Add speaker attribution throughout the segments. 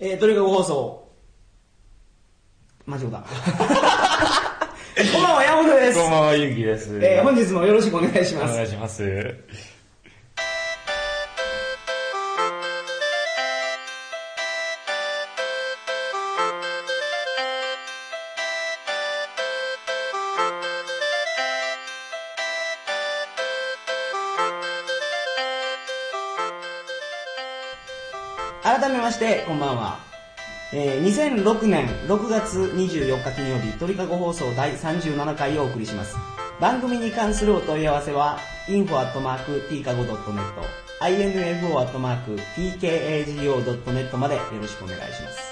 Speaker 1: えー、トリガー放送。間違え た。こんばんは、山本です。
Speaker 2: こんばんは、ゆうきです。
Speaker 1: えー、本日もよろしくお願いしま
Speaker 2: お
Speaker 1: す。
Speaker 2: 願いします。
Speaker 1: 改めまして、こんばんは。えー、2006年6月24日金曜日、鳥かご放送第37回をお送りします。番組に関するお問い合わせは、info.tkago.net、info.tkago.net までよろしくお願いします。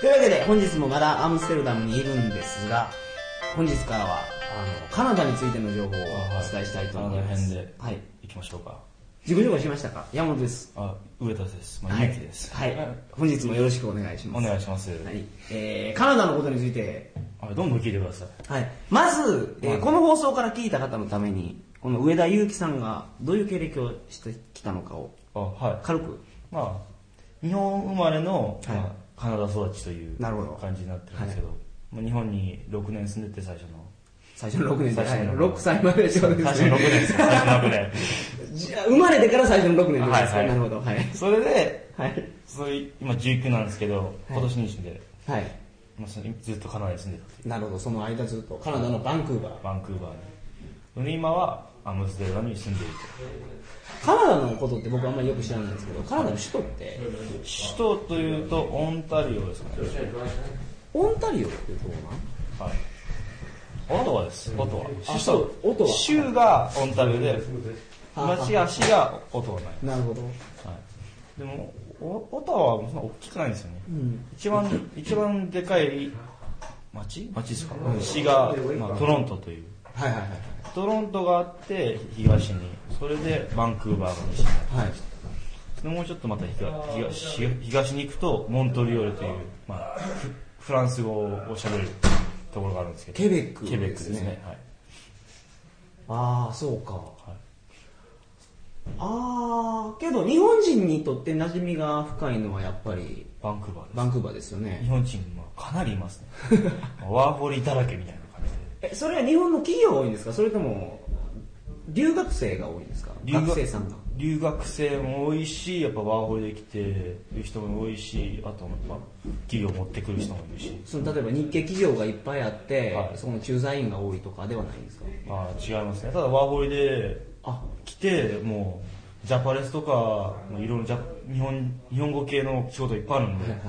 Speaker 1: というわけで、本日もまだアムステルダムにいるんですが、本日からは、あの、カナダについての情報をお伝えしたいと思います。
Speaker 2: は
Speaker 1: は
Speaker 2: いカナダ編で
Speaker 1: い。
Speaker 2: 行きましょうか。
Speaker 1: 自己紹介しましたか山本です。
Speaker 2: あ、上田です。まあ、
Speaker 1: は
Speaker 2: ゆう
Speaker 1: い
Speaker 2: きです。
Speaker 1: はい。本日もよろしくお願いします。
Speaker 2: お願いします。
Speaker 1: はい。えー、カナダのことについて、
Speaker 2: あどんどん聞いてください。
Speaker 1: はい。まず、えー
Speaker 2: はい
Speaker 1: この放送から聞いた方のために、この上田祐樹さんがどういう経歴をしてきたのかを、
Speaker 2: あ、はい。
Speaker 1: 軽く。
Speaker 2: まあ、日本生まれの、
Speaker 1: はい
Speaker 2: まあ、カナダ育ちという
Speaker 1: なるほど
Speaker 2: 感じになってるんですけど、まあ、日本に6年住んでて最初 の。
Speaker 1: 最初の6年で、
Speaker 2: 最初の
Speaker 1: はい6歳までちょうどです
Speaker 2: 最初の6
Speaker 1: ね。
Speaker 2: 年 です
Speaker 1: じゃ
Speaker 2: よ、最初の6年。
Speaker 1: あ生まれてから最初の6年です。
Speaker 2: はいはい
Speaker 1: なるほど。はい。
Speaker 2: それで、
Speaker 1: はい。
Speaker 2: それ今19なんですけど、今年20で、
Speaker 1: はい。
Speaker 2: まあ、そのずっとカナダに住んでた。
Speaker 1: なるほど。その間ずっと、カナダのバンクーバー。
Speaker 2: バンクーバーに。それで今はアムステルダムに住んでいると。
Speaker 1: カナダのことって僕あんまりよく知らないんですけど、カナダの首都って、
Speaker 2: 首都というとオンタリオですかね。
Speaker 1: オンタリオっていうところなん
Speaker 2: はい。オトワです。オトワ。
Speaker 1: あそうオトワ
Speaker 2: 州がオンタリオで、町や市がオトワない。
Speaker 1: なるほど。
Speaker 2: はい。でも、オオトワはそんな大きくないんですよね。
Speaker 1: うん。
Speaker 2: 一番、一番でかい町町ですか市が、まあ、トロントという。
Speaker 1: はいはいはいはい。
Speaker 2: トロントがあって、東に。それで、バンクーバーが西に。
Speaker 1: はい。
Speaker 2: でもうちょっとまた東東東に行くとモントリオールという、まあ、フフランス語をしゃべるところがあるんですけど
Speaker 1: ケベック
Speaker 2: ケベックです
Speaker 1: です
Speaker 2: ね
Speaker 1: ね
Speaker 2: はい
Speaker 1: ああ、そうか。
Speaker 2: はい
Speaker 1: ああ、けど日本人にとって馴染みが深いのはやっぱり
Speaker 2: バンクーバーです
Speaker 1: バンクーバーですよ
Speaker 2: 日
Speaker 1: ね。
Speaker 2: 本人はかなりいますね ワーホリだらけみたいな感じで
Speaker 1: え、それは日本の企業が多いんですかそれとも留学生が多いんですか
Speaker 2: 留学
Speaker 1: 学生さんが。
Speaker 2: 留学生も多いしやっぱワーホリで来てる人も多いしあとまあ企業持ってくる人もいるし
Speaker 1: その例えば日系企業がいっぱいあって、
Speaker 2: はい
Speaker 1: そこの駐在員が多いとかではないんですか
Speaker 2: まあ違いますねただワーホリで
Speaker 1: あ、
Speaker 2: 来てもうジャパレスとかもういろいろジャ日本日本語系の仕事いっぱいあるんで、
Speaker 1: はいはい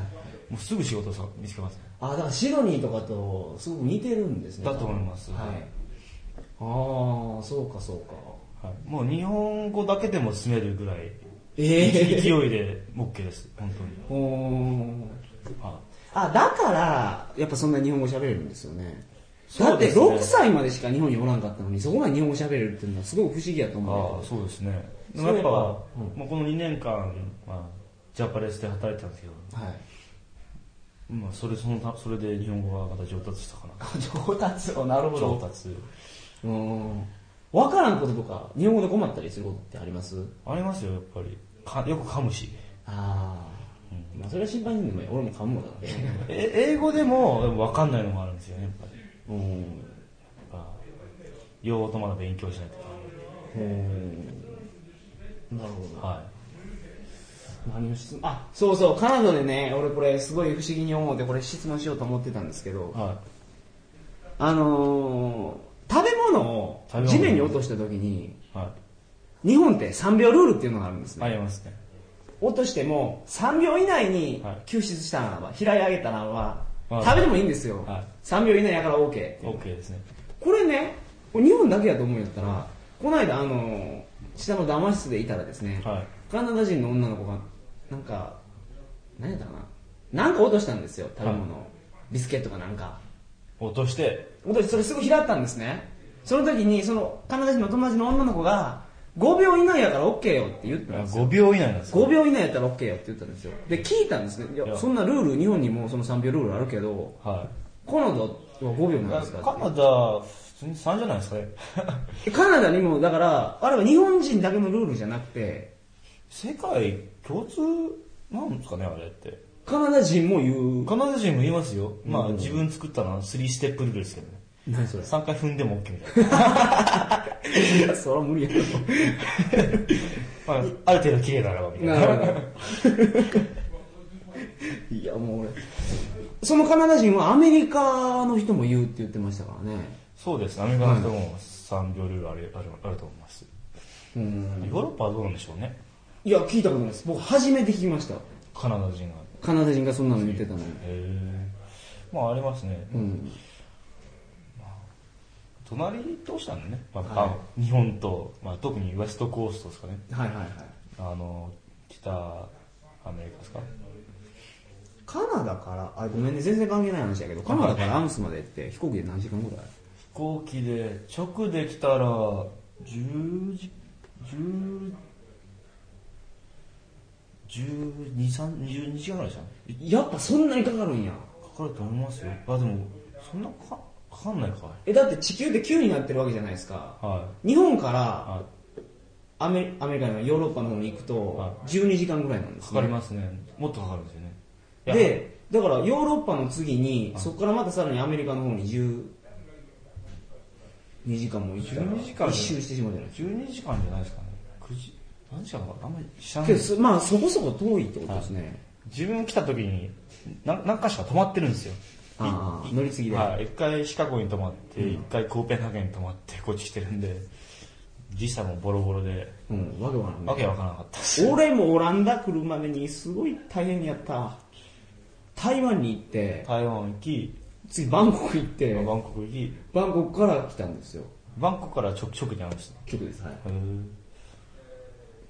Speaker 2: もうすぐ仕事さ見つけますね
Speaker 1: あだからシドニーとかとすごく似てるんですね。
Speaker 2: だと思います
Speaker 1: はい。ああ、そうかそうか。
Speaker 2: はい、もう日本語だけでも住めるぐらい
Speaker 1: ええ
Speaker 2: 勢いで OK です本当に
Speaker 1: おー
Speaker 2: は
Speaker 1: あ、だから、やっぱそんな日本語喋れるんですよね。だ
Speaker 2: そう
Speaker 1: っ
Speaker 2: で
Speaker 1: て
Speaker 2: すね
Speaker 1: 6歳までしか日本におらんかったのに、そこまで日本語喋れるっていうのはすごい不思議やと
Speaker 2: いあ
Speaker 1: 思
Speaker 2: あ
Speaker 1: う。
Speaker 2: そうですねで
Speaker 1: そう
Speaker 2: も
Speaker 1: い
Speaker 2: や
Speaker 1: えば
Speaker 2: っぱ
Speaker 1: うん
Speaker 2: もうこの2年間、まあ、ジャパレスで働いてたんですけど、
Speaker 1: はい。
Speaker 2: まあ、それそのそれで日本語がまた上達したかな
Speaker 1: 上達を、なるほ
Speaker 2: 上。達
Speaker 1: うん。わからんこととか、日本語で困ったりすることってあります
Speaker 2: ありますよやっぱりかよく噛むし
Speaker 1: ああ。まあそれは心配にでもない俺も勘もだって。
Speaker 2: え英語でもでも分かんないのもあるんですよねやっぱり
Speaker 1: うん。
Speaker 2: あ用語とまだ勉強しないとい
Speaker 1: うん。なるほど
Speaker 2: け。ない、は
Speaker 1: 何を質問あそうそうカナダでね俺これすごい不思議に思うてこれ質問しようと思ってたんですけど
Speaker 2: いは
Speaker 1: あのー、食べ物を
Speaker 2: 食べ物
Speaker 1: 地面に落とした時に
Speaker 2: い、は
Speaker 1: 日本って3秒ルールっていうのがあるんです
Speaker 2: い、
Speaker 1: ね、
Speaker 2: ありますね
Speaker 1: 落としても3秒以内に
Speaker 2: はい
Speaker 1: 救出したならば、平い上げたならば、
Speaker 2: はい
Speaker 1: 食べてもいいんですよ、
Speaker 2: はい
Speaker 1: 3秒以内やから OK っていう
Speaker 2: OK ですね
Speaker 1: これねこれ日本だけやと思うんやったらこの間あのー下の談話室でいたらですね、
Speaker 2: はい
Speaker 1: カナダ人の女の子がなんか何やったかななんか落としたんですよ食べ物を、ビスケットかなんか
Speaker 2: 落として
Speaker 1: 落としてそれすぐ拾ったんですねその時にそのカナダ人の友達の女の子が5秒以内やから OK よって言ったんですよ
Speaker 2: 5秒以内なんです
Speaker 1: 5秒以内やったら OK よって言ったんですよで聞いたんですねい
Speaker 2: い
Speaker 1: や
Speaker 2: や
Speaker 1: そんなルール日本にもその3秒ルールあるけど
Speaker 2: は
Speaker 1: カナダは5秒
Speaker 2: い
Speaker 1: なんですかって
Speaker 2: カナダ普通に3じゃないですかね
Speaker 1: えカナダにもだからあれは日本人だけのルールじゃなくて
Speaker 2: 世界共通なんですかね、あれって。
Speaker 1: カナダ人も言う。
Speaker 2: カナダ人も言いますよ。まあ、
Speaker 1: うん
Speaker 2: 自分作ったのは3ステップルールですけどね。
Speaker 1: 何それ
Speaker 2: 3回踏んでも OK みたいな。
Speaker 1: いや、それは無理やろ。
Speaker 2: ま あ、ある程度綺麗だから、みたいな。
Speaker 1: なるほど。いや、もう俺。そのカナダ人はアメリカの人も言うって言ってましたからね。
Speaker 2: そうですね、アメリカの人も3秒ルールあるあるあると思います。
Speaker 1: うん。
Speaker 2: ヨーロッパはどうなんでしょうね。
Speaker 1: いや、聞いたことないです。僕、初めて聞きました。
Speaker 2: カナダ人が。
Speaker 1: カナダ人がそんなの言ってたのに。
Speaker 2: へえ。まあ、ありますね。
Speaker 1: うん。
Speaker 2: 隣同士なんでね、まあ
Speaker 1: は
Speaker 2: あ日本と、まあ、特にウエストコーストですかね。
Speaker 1: はいはいはい。
Speaker 2: あの、北アメリカですか。
Speaker 1: カナダから、あ、ごめんね、全然関係ない話やけど、カナダからアムスまでって飛行機で何時間ぐらい
Speaker 2: 飛行機で直で来たら10時10 12 3 22時間ぐらいじゃ
Speaker 1: や
Speaker 2: ん
Speaker 1: っぱそんなにかかるんや。
Speaker 2: かかると思いますよあでもそんなかかかんないか
Speaker 1: え、だって地球って9になってるわけじゃないですか。
Speaker 2: は
Speaker 1: 日本か
Speaker 2: い
Speaker 1: ら
Speaker 2: は
Speaker 1: アメアメリカのヨーロッパの方に行く
Speaker 2: は
Speaker 1: と、12時間ぐらいなんで
Speaker 2: い
Speaker 1: す、
Speaker 2: か
Speaker 1: ね。
Speaker 2: かりますねもっとかかるんですよねいや
Speaker 1: で、だからヨーロッパの次に、
Speaker 2: はい
Speaker 1: そこからまたさらにアメリカの方に12時間も行ったら、
Speaker 2: 12時間
Speaker 1: 一周してしまうじゃないです
Speaker 2: 12時間じゃないですかね9時何時間かあんまり知ら
Speaker 1: か。
Speaker 2: な
Speaker 1: け
Speaker 2: い
Speaker 1: ど、すまあそこそこ遠いってことですね。
Speaker 2: 自分来た時にな何か所か泊まってるんですよ
Speaker 1: ああ
Speaker 2: いい
Speaker 1: 乗り継ぎで
Speaker 2: はい一回シカゴに泊まって一回コーペンハーゲンに泊まってこっち来てるんで時差もボロボロで
Speaker 1: うん、わけわからんな
Speaker 2: わ
Speaker 1: い。
Speaker 2: けわからなかったです
Speaker 1: 俺もオランダ来るまでにすごい大変やった。台湾に行って、
Speaker 2: 台湾行き、
Speaker 1: 次バンコク行って、
Speaker 2: バンコク行き
Speaker 1: バンコクから来たんですよ。
Speaker 2: バンコクから直直に会うんですね
Speaker 1: 曲です。はい。
Speaker 2: へ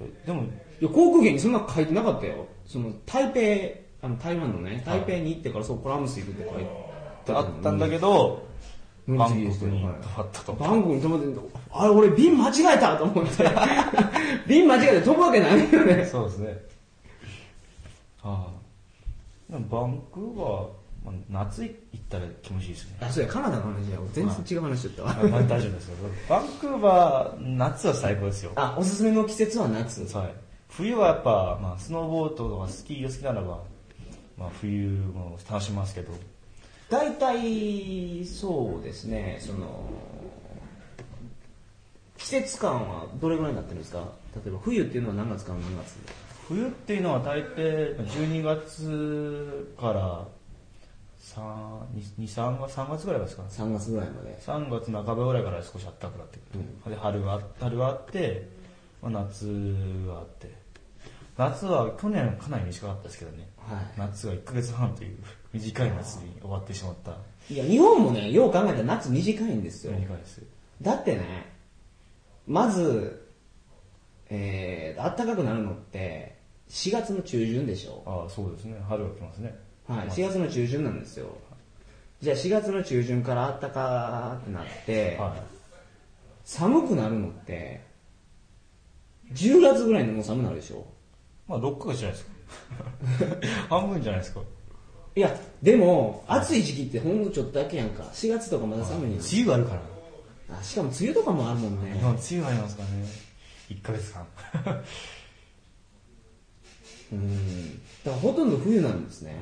Speaker 2: えでも
Speaker 1: いや、航空券にそんな書いてなかったよ。その、台北、あの、台湾のね、台北に行ってからそこコラムス行くって書いて
Speaker 2: あ
Speaker 1: のに
Speaker 2: ったんだけど
Speaker 1: うん
Speaker 2: バンコク
Speaker 1: 乗り
Speaker 2: に
Speaker 1: 継
Speaker 2: 泊
Speaker 1: ぎですよはい
Speaker 2: まったと
Speaker 1: バンコクに泊まってんのあれ、俺便間違えたと思って。 便間違えて飛ぶわけないよね。
Speaker 2: そうですねああでもバンクーバー、まあ、夏行ったら気持ちいいです ね
Speaker 1: あ、そうや、カナダの話や。全然違う話だったわ。
Speaker 2: あまあ大丈夫ですよバンクーバー夏は最高ですよ
Speaker 1: あ、おすすめの季節は夏。
Speaker 2: はい、冬はやっぱ、まあ、スノーボードとかスキーが好きならば、まあ、冬も楽しみますけど
Speaker 1: 大体、そうですね、その、季節感はどれぐらいになってるんですか例えば冬っていうのは何月から何月
Speaker 2: 冬っていうのは大抵まあ12月から23月3月ぐらいですかね
Speaker 1: ?3 月ぐらいまで。
Speaker 2: 3月半ばぐらいから少し暖かくなってくる、で春は春はあって、まあ、夏があって夏は去年はかなり短かったですけどね
Speaker 1: はい。
Speaker 2: 夏が1ヶ月半という短い夏に終わってしまった
Speaker 1: いや、日本もね、よう考えたら夏短いんですよ。
Speaker 2: 短いです
Speaker 1: だってね、まず、えー、暖かくなるのって、4月の中旬でしょ。
Speaker 2: ああそうですね春が来ますね
Speaker 1: はい、
Speaker 2: まあ
Speaker 1: 4月の中旬なんですよ。じゃあ4月の中旬から暖かくなって、
Speaker 2: はい
Speaker 1: 寒くなるのって、10月ぐらいにもう寒くなるでしょ。
Speaker 2: まあ、6ヶ月じゃ ないですか。半分じゃないですか。
Speaker 1: いや、でも、暑い時期ってほんのちょっとだけやんか。4月とかまだ寒いやん
Speaker 2: 梅雨があるから。
Speaker 1: あしかも梅雨とかもあるもんね。
Speaker 2: 日本梅雨がありますからね。1ヶ月間。
Speaker 1: うんだからほとんど冬なんですね、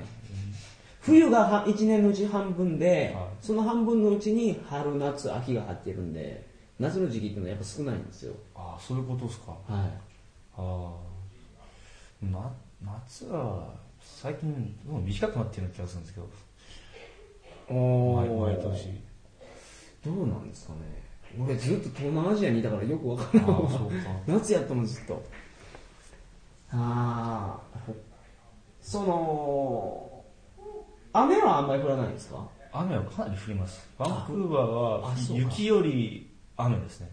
Speaker 1: 冬がは1年のうち半分で、
Speaker 2: はい
Speaker 1: その半分のうちに春夏秋が入ってるんで夏の時期っていうのはやっぱ少ないんですよ
Speaker 2: ああ、そういうことですか。
Speaker 1: はい
Speaker 2: ああ。な、夏は、最近、もう短くなってるような気がするんですけど。
Speaker 1: お
Speaker 2: 毎毎年。
Speaker 1: どうなんですかね俺ずっと東南アジアにいたからよくわか
Speaker 2: あ
Speaker 1: ら
Speaker 2: あ、
Speaker 1: ない
Speaker 2: そうか。
Speaker 1: 夏やったもんずっとああその雨はあんまり降らないんですか
Speaker 2: 雨はかなり降ります。バンクーバー
Speaker 1: あ
Speaker 2: は
Speaker 1: あ、そうか
Speaker 2: 雪より雨ですね。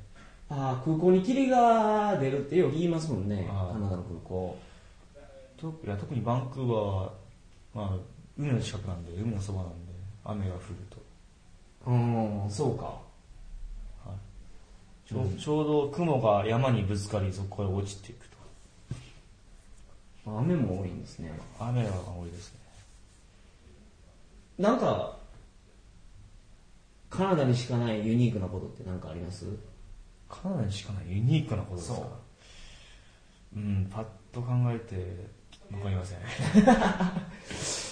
Speaker 1: ああ空港に霧が出るってよく言いますもんね
Speaker 2: はい
Speaker 1: カナダの空港
Speaker 2: といや特にバンクーバーは、まあ、海の近くなんで、海のそばなんで、雨が降ると。
Speaker 1: うんそうか
Speaker 2: ちょちょうど雲が山にぶつかりそこから落ちていくと
Speaker 1: 雨も多いんですね
Speaker 2: 雨が多いですね
Speaker 1: なんかカナダにしかないユニークなことって何かあります
Speaker 2: カナダにしかないユニークなことですか
Speaker 1: そう
Speaker 2: うんパッと考えてわかりません。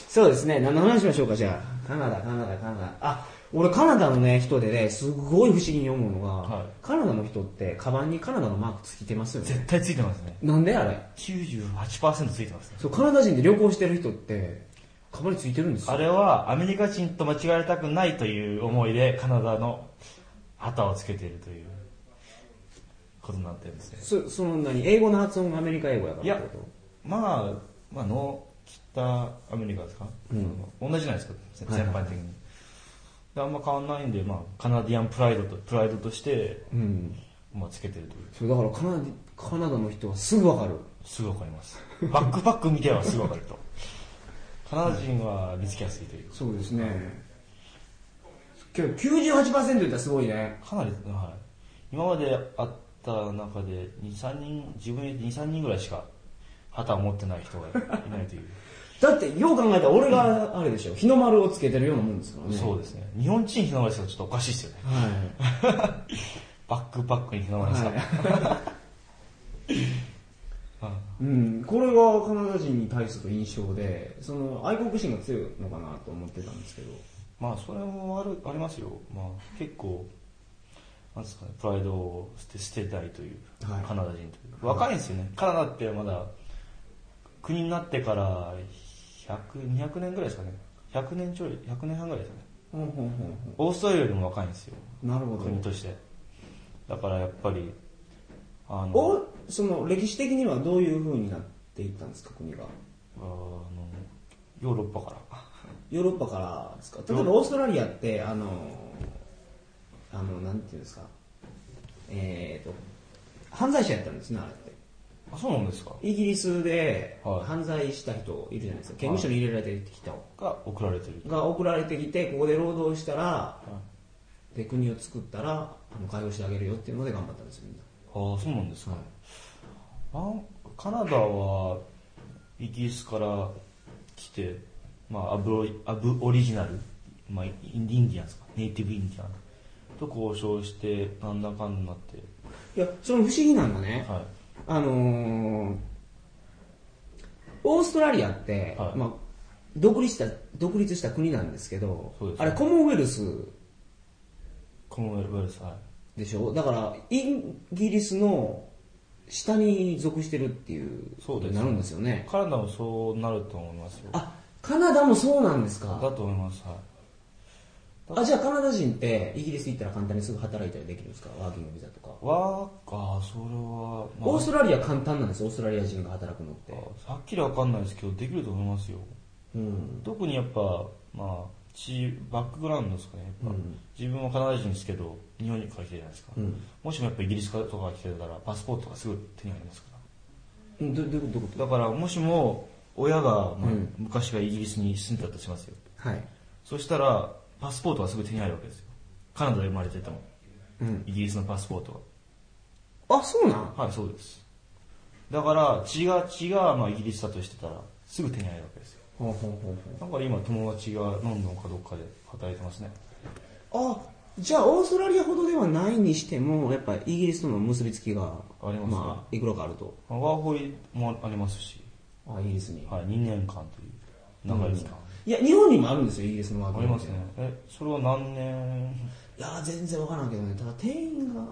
Speaker 1: そうですね。何の話しましょうか、じゃあ。カナダ、カナダ、カナダ。あ、俺カナダのね、人でね、すごい不思議に思うのが、
Speaker 2: はい
Speaker 1: カナダの人って、カバンにカナダのマークついてますよね。
Speaker 2: 絶対ついてますね。
Speaker 1: なんであれ
Speaker 2: 98%ついてますね。
Speaker 1: そう、カナダ人で旅行してる人って、カバンについてるんですよ。
Speaker 2: あれはアメリカ人と間違えたくないという思いでカナダの旗をつけているということになってるんですね。
Speaker 1: そその何英語の発音がアメリカ英語やからってこ
Speaker 2: まあ、まあ、の北アメリカですか、同じじゃないですか、全
Speaker 1: はいはい
Speaker 2: 般的に。であんま変わんないんで、まあ、カナディアンプライドと、プライドとして、
Speaker 1: とうん
Speaker 2: まあ、つけてるという。
Speaker 1: そうだからカナデカナダの人はすぐわかる
Speaker 2: すぐわかります。バックパック見てはすぐわかると。カナダ人は見つけやすいという。
Speaker 1: そうですね今日98%言ったらすごいね
Speaker 2: かなり、はい。今まであった中で、2、3人、自分で2、3人ぐらいしか旗を持ってない人がいないという。
Speaker 1: だってよう考えたら俺があれでしょ日の丸をつけてるようなもんですからね
Speaker 2: そうですね。日本人日の丸ですからちょっとおかしいですよね。
Speaker 1: は
Speaker 2: バックパックに日の丸ですから。はい
Speaker 1: い、うん、これがカナダ人に対する印象でその愛国心が強いのかなと思ってたんですけど
Speaker 2: まあそれもあるありますよ、まあ、結構なんですかねプライドを捨て捨てたいという、
Speaker 1: はい
Speaker 2: カナダ人という若いんですよね、カナダってまだ国になってから100200年ぐらいですかね100年ちょい100年半ぐらいですかね
Speaker 1: ほんほんほん
Speaker 2: オーストラリアよりも若いんですよ
Speaker 1: ほんなるほ
Speaker 2: 国
Speaker 1: ど
Speaker 2: としてだからやっぱりあの
Speaker 1: おその歴史的にはどういう風になっていったんですか国が
Speaker 2: あのヨーロッパから
Speaker 1: ヨーロッパからですか例えばオーストラリアってあのあのなんていうんですかえー、と犯罪者やったんですねあれって
Speaker 2: あそうなんですか
Speaker 1: イギリスで
Speaker 2: はい
Speaker 1: 犯罪した人いるじゃないですか刑務所に入れられてきた
Speaker 2: が送られてる
Speaker 1: が送られてきてここで労働したら
Speaker 2: あ
Speaker 1: で国を作ったらあの解放してあげるよっていうので頑張ったんですよみんな
Speaker 2: あーそうなんですか、なんカナダはイギリスから来て、まあ、アブロイアブオリジナル、まあ、インインディアンですかネイティブインディアンと交渉してなんだかんだになって、
Speaker 1: いやその不思議なのがね、
Speaker 2: は
Speaker 1: あのーオーストラリアって、
Speaker 2: はい
Speaker 1: まあ、独立した独立した国なんですけど
Speaker 2: そうです
Speaker 1: あ
Speaker 2: ね
Speaker 1: れコモンウェルス
Speaker 2: い、コモンウェルス、はい、
Speaker 1: でしょだからイギリスの下に属してるっていう
Speaker 2: そうです
Speaker 1: なるんですよね
Speaker 2: カナダもそうなると思いますよ
Speaker 1: あカナダもそうなんです
Speaker 2: だ
Speaker 1: か
Speaker 2: と思います、はい、
Speaker 1: あじゃあカナダ人ってイギリス行ったら簡単にすぐ働いたりできるんですかワーキングビザとか
Speaker 2: わーあーそれは、まあ
Speaker 1: オーストラリア簡単なんですオーストラリア人が働くのって
Speaker 2: はっきりわかんないですけどできると思いますよ
Speaker 1: うん
Speaker 2: 特にやっぱ、まあ、ちバックグラウンドですかねやっぱ、
Speaker 1: うん
Speaker 2: 自分はカナダ人ですけど日本にから来てるじゃないですか、
Speaker 1: うん
Speaker 2: もしもやっぱイギリスからとか来てたらパスポートがすぐ手に入りますか
Speaker 1: うんどどういうこと
Speaker 2: らだからもしも親が、まあ
Speaker 1: うん
Speaker 2: 昔はイギリスに住んでたとしますよ
Speaker 1: はい、
Speaker 2: そしたらパスポートがすぐ手に入るわけですよカナダで生まれてても
Speaker 1: うん、
Speaker 2: イギリスのパスポート
Speaker 1: あそうなん
Speaker 2: がはいそうですだから血が血が、まあ、イギリスだとしてたらすぐ手に入るわけですよ
Speaker 1: ほうほうほうほう
Speaker 2: だから今友達がロンドンかどっかで働いてますね
Speaker 1: あじゃあオーストラリアほどではないにしてもやっぱイギリスとの結びつきが
Speaker 2: ありますね
Speaker 1: まあ、いくらかあると
Speaker 2: まあワーホリもありますし、
Speaker 1: あイギリスに、
Speaker 2: はい、2年間という長い期間、
Speaker 1: いや日本にもあるんですよイギリスのワー
Speaker 2: あ
Speaker 1: ク
Speaker 2: り
Speaker 1: マン
Speaker 2: ますねえそれは何年
Speaker 1: いやー全然わからんけどねただ定員が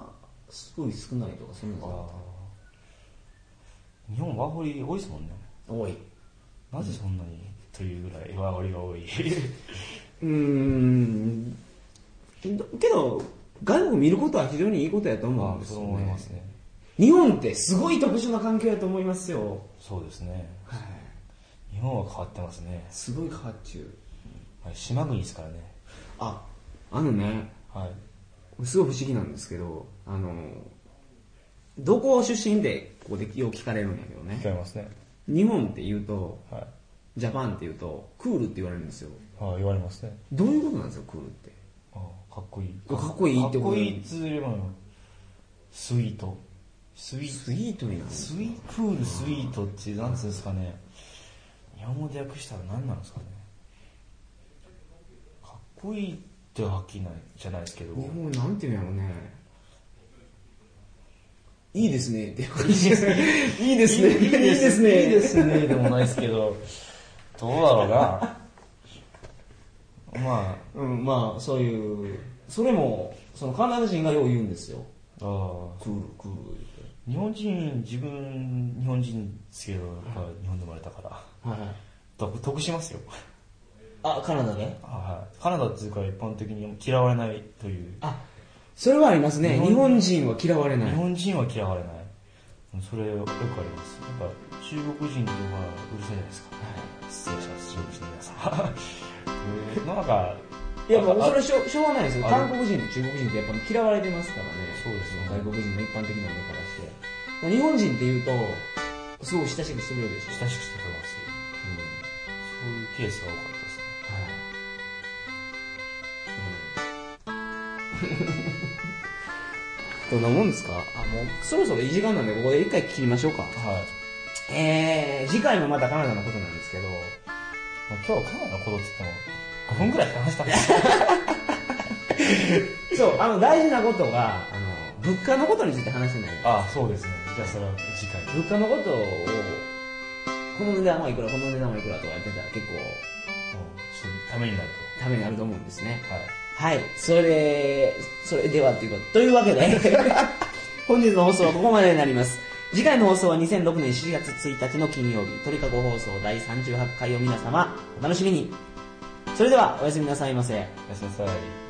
Speaker 1: すごい少ないとかそんなん
Speaker 2: か
Speaker 1: じゃなかっ
Speaker 2: 日本ワーホリ多いですもんね
Speaker 1: た多い
Speaker 2: なぜそんなに、というぐらいワーホリが多い
Speaker 1: うーんだけど外国見ることは非常にいいことやと思
Speaker 2: ま
Speaker 1: うん
Speaker 2: あ
Speaker 1: です
Speaker 2: そう
Speaker 1: よ
Speaker 2: 思い
Speaker 1: ね
Speaker 2: ますね
Speaker 1: 日本ってすごい特殊な環境やと思いますよ
Speaker 2: そうですね
Speaker 1: はい
Speaker 2: 日本は変わってますね、
Speaker 1: すごい変わっちゅう
Speaker 2: はい、島国ですからね
Speaker 1: ああのね
Speaker 2: はい
Speaker 1: すごい不思議なんですけど、あの、どこ出身でこうでよう聞かれるんやけど
Speaker 2: 違
Speaker 1: ね。
Speaker 2: いますね
Speaker 1: 日本って言うと、
Speaker 2: はい、
Speaker 1: ジャパンって言うと、クールって言われるんですよ。
Speaker 2: はい、言われますね
Speaker 1: どういうことなんですか、クールって。
Speaker 2: ああかっこいい
Speaker 1: かっこいいってこと
Speaker 2: かっこいいっつうよりもスイートスイート
Speaker 1: スイートになる。
Speaker 2: スイクールスイートってなんつうんですかね日本語で訳したら何なんですかねかっこいいってはっきりないじゃないですけど
Speaker 1: 日本語なんて言うんやろね。いいですねっていう感じです。 いいですね。いいですね。
Speaker 2: いいですねでもないですけど、どうだろうな。ま
Speaker 1: うん、まあ、そういう、それも、そのカナダ人がよう言うんですよ。
Speaker 2: あ、ああ
Speaker 1: クール、クール言って。
Speaker 2: 日本人、自分、日本人ですけど、やっぱ日本で生まれたから、
Speaker 1: はいはい。
Speaker 2: 得得しますよ。
Speaker 1: あ、カナダね。
Speaker 2: はい。カナダっていうか一般的に嫌われないという。
Speaker 1: あ、それはありますね。
Speaker 2: 日本
Speaker 1: 日本人は嫌われな
Speaker 2: 日
Speaker 1: い。
Speaker 2: 本人は嫌われない。それよくあります。やっぱ中国人とかうるさいじゃないですか。失礼します、中国人の皆さん。なんか、
Speaker 1: いや、もう
Speaker 2: あ
Speaker 1: それはしょうしょうがないですよ。
Speaker 2: あ
Speaker 1: 韓国人と中国人ってやっぱ嫌われてますからね。
Speaker 2: そうですよね
Speaker 1: 外国人の一般的な目からして。日本人って言うと、すごい親しくしてくれるでしょ。
Speaker 2: 親しくしてくれます。そういうケースが多かったですね。
Speaker 1: どんなもんですかあ、もう、そろそろいい時間なんで、ここで一回切りましょうか。
Speaker 2: はい。
Speaker 3: えー、次回もまたカナダのことなんですけど、
Speaker 2: まあ、今日はカナダのことって言っても、5分くらいしか話したかった。
Speaker 3: そう、あの、大事なことが、
Speaker 1: あの、物価のことについて話してない
Speaker 2: ああ、そうですね。じゃあそれは次回。
Speaker 1: 物価のことを、この値段はいくら、この値段はいくらとかやってたら結構、
Speaker 2: もうちょっとためになる
Speaker 1: ためになると思うんですね。
Speaker 2: と。はい。
Speaker 1: はい、それ、それではっていうこと、というわけで、
Speaker 3: 本日の放送はここまでになります。次回の放送は2006年7月1日の金曜日、鳥かご放送第38回を皆様、お楽しみに。それでは、おやすみなさいませ。
Speaker 2: おやすみなさい。